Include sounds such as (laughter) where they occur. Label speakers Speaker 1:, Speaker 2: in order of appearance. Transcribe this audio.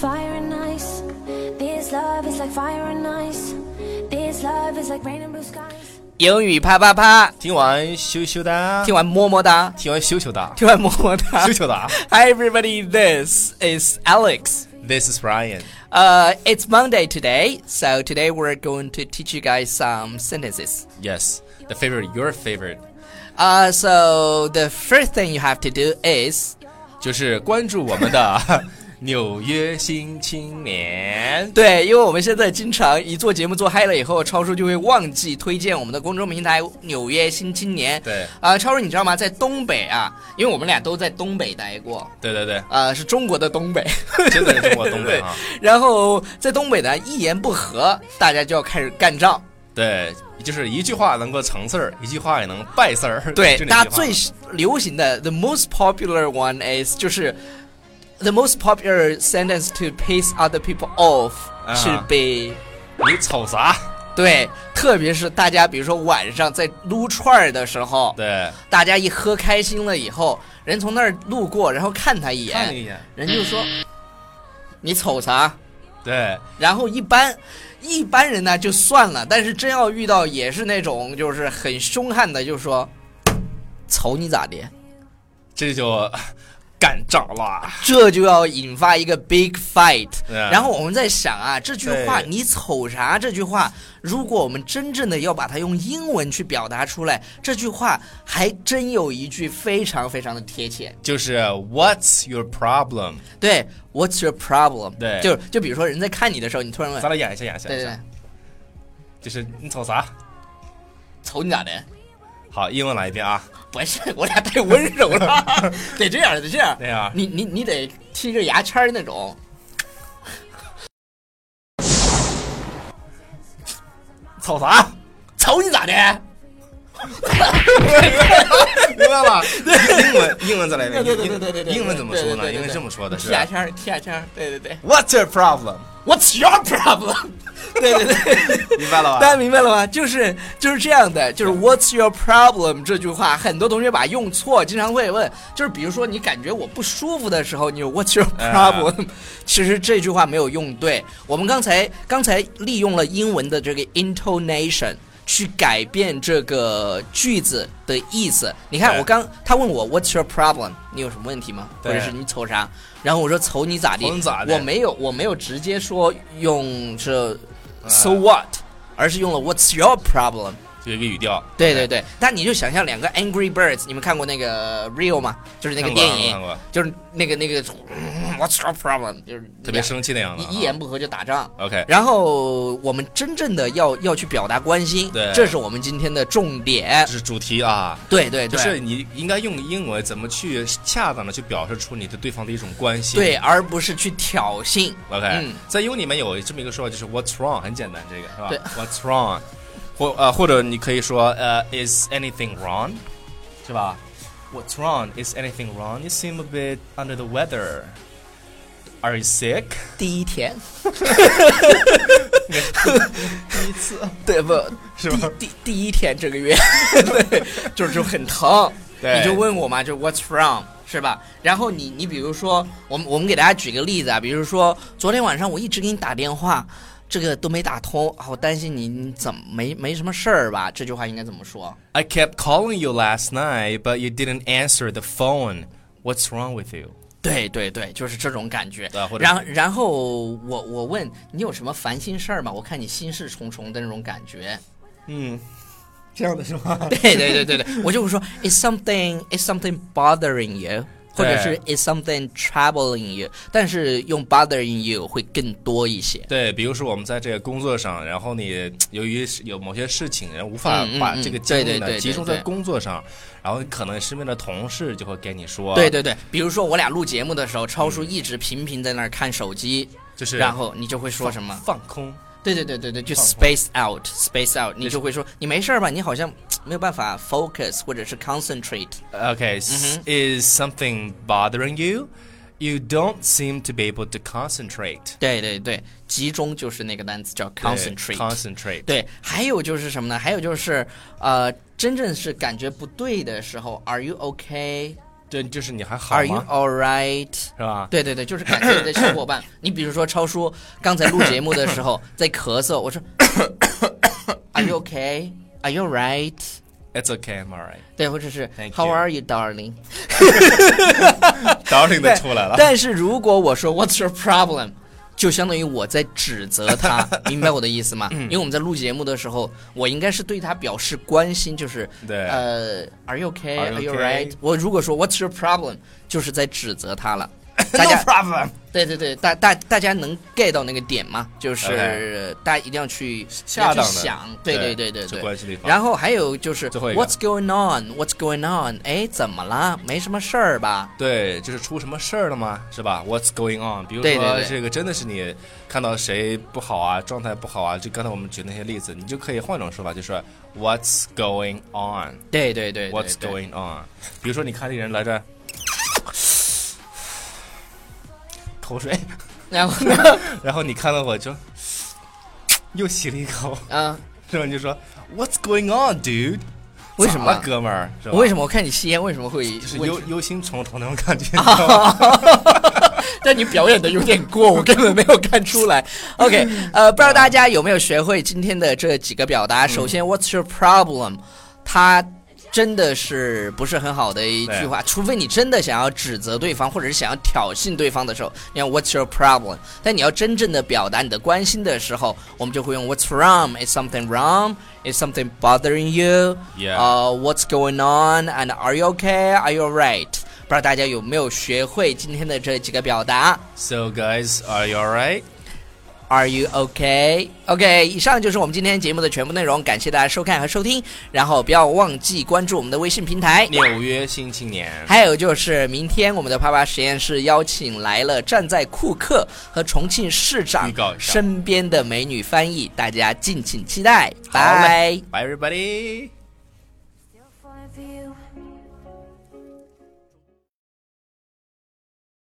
Speaker 1: fire and ice. This love is like fire and ice. This love is like rain and blue skies.
Speaker 2: 英语啪啪啪，
Speaker 3: 听完羞羞哒，
Speaker 2: 听完么么哒，
Speaker 3: 听完羞羞哒，
Speaker 2: 听完么么
Speaker 3: (laughs)
Speaker 2: 哒
Speaker 3: 羞。羞哒。
Speaker 2: Hi everybody, this is Alex.
Speaker 3: This is Ryan.
Speaker 2: Uh, it's Monday today, so today we're going to teach you guys some sentences.
Speaker 3: Yes, the favorite, your favorite，
Speaker 2: Uh, so the first thing you have to do is
Speaker 3: 就是关注我们
Speaker 2: (laughs)
Speaker 3: 的纽约新青年。
Speaker 2: 对，因为我们现在经常一做节目做嗨了以后，超叔就会忘记推荐我们的公众平台《纽约新青年》。
Speaker 3: 对
Speaker 2: 啊、超叔你知道吗？在东北啊，因为我们俩都在东北待过，
Speaker 3: 对对对，
Speaker 2: 呃，是中国的东北， (laughs)
Speaker 3: 真的是中国东北啊。
Speaker 2: 然后在东北呢，一言不合大家就要开始干仗。
Speaker 3: 对，就是一句话能够成事儿，一句话也能败事儿。
Speaker 2: 对，
Speaker 3: 就那
Speaker 2: 大
Speaker 3: 句话
Speaker 2: 家最流行的 the most popular one is 就是 the most popular sentence to piss other people off
Speaker 3: 啊
Speaker 2: should be
Speaker 3: 你瞅啥？
Speaker 2: 对，特别是大家比如说晚上在撸串儿的时候，
Speaker 3: 对，
Speaker 2: 大家一喝开心了以后，人从那儿路过，然后看他一
Speaker 3: 看
Speaker 2: 眼，
Speaker 3: 一眼。
Speaker 2: 人就说你瞅啥？
Speaker 3: 对，
Speaker 2: 然后一般一般人呢就算了，但是真要遇到也是那种就是很凶悍的，就说瞅你咋的？
Speaker 3: 这就干仗了。
Speaker 2: 这就要引发一个 big fight。
Speaker 3: 对啊
Speaker 2: 然后我们在想啊，这句话“
Speaker 3: 对
Speaker 2: 你瞅啥”这句话，如果我们真正的要把它用英文去表达出来，这句话还真有一句非常非常的贴切。
Speaker 3: 就是 What's your problem？
Speaker 2: 对，What's your problem？
Speaker 3: 对
Speaker 2: 就就比如说人在看你的时候，你突然问
Speaker 3: 咱，俩演一下，演一下，
Speaker 2: 对对
Speaker 3: 演一
Speaker 2: 对
Speaker 3: 下，就是你瞅啥？
Speaker 2: 瞅你咋的？
Speaker 3: 好，英文来一遍啊。
Speaker 2: 不是，我俩太温柔
Speaker 3: (laughs)
Speaker 2: 了，得这样，得这样，
Speaker 3: 对啊
Speaker 2: 你你你得剔着牙签儿那种。
Speaker 3: 瞅啥？
Speaker 2: 瞅你咋的？
Speaker 3: 明白
Speaker 2: (laughs)
Speaker 3: 了？英文英文再来一遍，
Speaker 2: 对对对对对对，
Speaker 3: 英文怎么说
Speaker 2: 对对
Speaker 3: 呢？
Speaker 2: 对对对
Speaker 3: 英文这么说的是
Speaker 2: 剔
Speaker 3: 啊
Speaker 2: 牙签儿，剔牙签儿，对对对。
Speaker 3: What's your problem？
Speaker 2: What's your problem？对 (laughs) 对对， (laughs)
Speaker 3: 明白了
Speaker 2: 大
Speaker 3: 吧？
Speaker 2: 家明白了吗？就是就是这样的，就是 What's your problem 这句话，很多同学把用错，经常会问，就是比如说你感觉我不舒服的时候，你有 What's your
Speaker 3: 哎
Speaker 2: problem？、其实这句话没有用对，我们刚才刚才利用了英文的这个 intonation。去改变这个句子的意思。你看，
Speaker 3: 对
Speaker 2: 我刚他问我 What's your problem？你有什么问题吗？或
Speaker 3: 对
Speaker 2: 者是你瞅啥？然后我说瞅你咋地？
Speaker 3: 瞅你咋地
Speaker 2: 我没有，我没有直接说用这 so what，而是用了 What's your problem？
Speaker 3: 有一个语调，
Speaker 2: 对对对，那你就想象两个 Angry Birds，你们看过那个 Real 吗？就是那个
Speaker 3: 看过啊
Speaker 2: 电
Speaker 3: 看
Speaker 2: 影
Speaker 3: 过，
Speaker 2: 就是那个那个、What's your problem？就是
Speaker 3: 特别生气那样的啊。
Speaker 2: 一一言不合就打仗。
Speaker 3: OK，
Speaker 2: 然后我们真正的要要去表达关心，
Speaker 3: 对
Speaker 2: 这是我们今天的重点
Speaker 3: 这。是主题啊。
Speaker 2: 对对
Speaker 3: 就
Speaker 2: 对，
Speaker 3: 是你应该用英文怎么去恰当的去表示出你对对方的一种关心。
Speaker 2: 对，而不是去挑衅。
Speaker 3: ，OK，、
Speaker 2: 嗯
Speaker 3: 在英文里面有这么一个说法，就是 What's wrong？很简单，这个是吧
Speaker 2: 对
Speaker 3: ？What's wrong？或呃，或者你可以说呃、i s anything wrong？是吧？What's wrong？Is anything wrong？You seem a bit under the weather. Are you sick？ (laughs)
Speaker 2: 第一天，
Speaker 3: 第一次
Speaker 2: (laughs) 对不？
Speaker 3: 是吧
Speaker 2: 第第第一天这个月， (laughs) 对，就是就很疼。
Speaker 3: 对
Speaker 2: 你就问我嘛，就 What's wrong？是吧？然后你你比如说，我们我们给大家举个例子啊，比如说昨天晚上我一直给你打电话，这个都没打通啊，我担心你你怎么没没什么事儿吧？这句话应该怎么说？
Speaker 3: I kept calling you last night, but you didn't answer the phone. What's wrong with you？
Speaker 2: 对对对，就是这种感觉。
Speaker 3: 啊或者
Speaker 2: 然然后我我问你有什么烦心事儿吗？我看你心事重重的那种感觉。
Speaker 3: 嗯，这样的是吗？
Speaker 2: (laughs) 对对对对对，我就会说 is something is something bothering you，或者是 is something troubling you，但是用 bothering you 会更多一些。
Speaker 3: 对，比如说我们在这个工作上，然后你由于是有某些事情，然后无法
Speaker 2: 嗯嗯
Speaker 3: 把
Speaker 2: 嗯
Speaker 3: 这个
Speaker 2: 对
Speaker 3: 精
Speaker 2: 对
Speaker 3: 力
Speaker 2: 对对
Speaker 3: 呢集中在
Speaker 2: 对
Speaker 3: 工作上，然后可能身边的同事就会跟你说，
Speaker 2: 对，对对，比如说我俩录节目的时候，超叔一直频频在那儿看手机，
Speaker 3: 嗯就是
Speaker 2: 然后你就会说什么？
Speaker 3: 放空，
Speaker 2: 对对对对对，就
Speaker 3: 放
Speaker 2: space out，space out，你就会说你没事儿吧？你好像没有办法 focus 或者是 concentrate。
Speaker 3: Okay,
Speaker 2: 嗯
Speaker 3: s- is something bothering you? You don't seem to be able to concentrate.
Speaker 2: 对对对，集中就是那个单词叫
Speaker 3: 对
Speaker 2: concentrate。
Speaker 3: Concentrate.
Speaker 2: 对，还有就是什么呢？还有就是，呃，真正是感觉不对的时候，Are you okay？
Speaker 3: 这就是你还好
Speaker 2: Are you
Speaker 3: 吗？
Speaker 2: all right？
Speaker 3: 是吧？
Speaker 2: 对对对，就是感谢你的小伙
Speaker 3: (laughs)
Speaker 2: 伴。你比如说超叔，刚才录节目的时候在咳嗽，我说
Speaker 3: (laughs)
Speaker 2: Are you okay? Are you right?
Speaker 3: It's okay, I'm alright.
Speaker 2: 对，或者是
Speaker 3: Thank
Speaker 2: How
Speaker 3: you.
Speaker 2: are you, darling？ (laughs)
Speaker 3: Darling 的出来了，
Speaker 2: 但是如果我说 What's your problem？就相当于我在指责
Speaker 3: (laughs)
Speaker 2: 他，明白我的意思吗？
Speaker 3: 嗯
Speaker 2: 因为我们在录节目的时候，我应该是对他表示关心，就是
Speaker 3: 对
Speaker 2: 呃，Are you okay?
Speaker 3: Are you
Speaker 2: Are you
Speaker 3: okay？
Speaker 2: right？我如果说 What's your problem，就是在指责他了。大
Speaker 3: (laughs) no
Speaker 2: 家
Speaker 3: problem.
Speaker 2: 对对对，大大大家能 get 到那个点吗？就是
Speaker 3: OK
Speaker 2: 大家一定要去
Speaker 3: 恰当的
Speaker 2: 要去想，对
Speaker 3: 对
Speaker 2: 对对
Speaker 3: 是
Speaker 2: 对
Speaker 3: 关系的一方
Speaker 2: 然后还有就是
Speaker 3: 最后一个
Speaker 2: ，What's going on？What's going on？哎，怎么了？没什么事儿吧？
Speaker 3: 对，就是出什么事儿了吗？是吧？What's going on？比如
Speaker 2: 对对
Speaker 3: 说
Speaker 2: 对
Speaker 3: 这个真的是你看到谁不好啊，状态不好啊，就刚才我们举那些例子，你就可以换种说法，就说 What's going on？What's
Speaker 2: 对对对对对
Speaker 3: going on？比如说你看这个人来这儿， (sighs) 口水， (laughs)
Speaker 2: 然后呢？ (laughs)
Speaker 3: 然后你看到我就 (sighs) 又吸了一口，
Speaker 2: 啊，
Speaker 3: 然后你就说 What's going on，dude？
Speaker 2: 为什么
Speaker 3: 咋了哥们儿？是吧？
Speaker 2: 为什么我看你吸烟为什么会
Speaker 3: 就是
Speaker 2: 问
Speaker 3: 忧
Speaker 2: 这？
Speaker 3: 忧心忡忡那
Speaker 2: (laughs)
Speaker 3: 种感觉，你知道吗
Speaker 2: 但你表演的有点过，我根本没有看出来。OK，呃，不知道大家有没有学会今天的这几个表达？首先，What's your problem？它真的是不是很好的一句话，除非你真的想要指责对方，或者是想要挑衅对方的时候，你要 What's your problem？但你要真正的表达你的关心的时候，我们就会用 What's wrong？Is something wrong？Is something bothering you？
Speaker 3: Yeah.
Speaker 2: 呃、w h a t s going on？And are you okay？Are you right？不知道大家有没有学会今天的这几个表达？
Speaker 3: So guys, are you alright?
Speaker 2: Are you OK? OK，以上就是我们今天节目的全部内容，感谢大家收看和收听，然后不要忘记关注我们的微信平台。
Speaker 3: 纽约新青年。
Speaker 2: 还有就是，明天我们的啪啪实验室邀请来了站在库克和重庆市长
Speaker 3: 预告一下
Speaker 2: 身边的美女翻译，大家敬请期待。
Speaker 3: 好
Speaker 2: 拜
Speaker 3: 嘞。Bye everybody.
Speaker 1: Falling for you.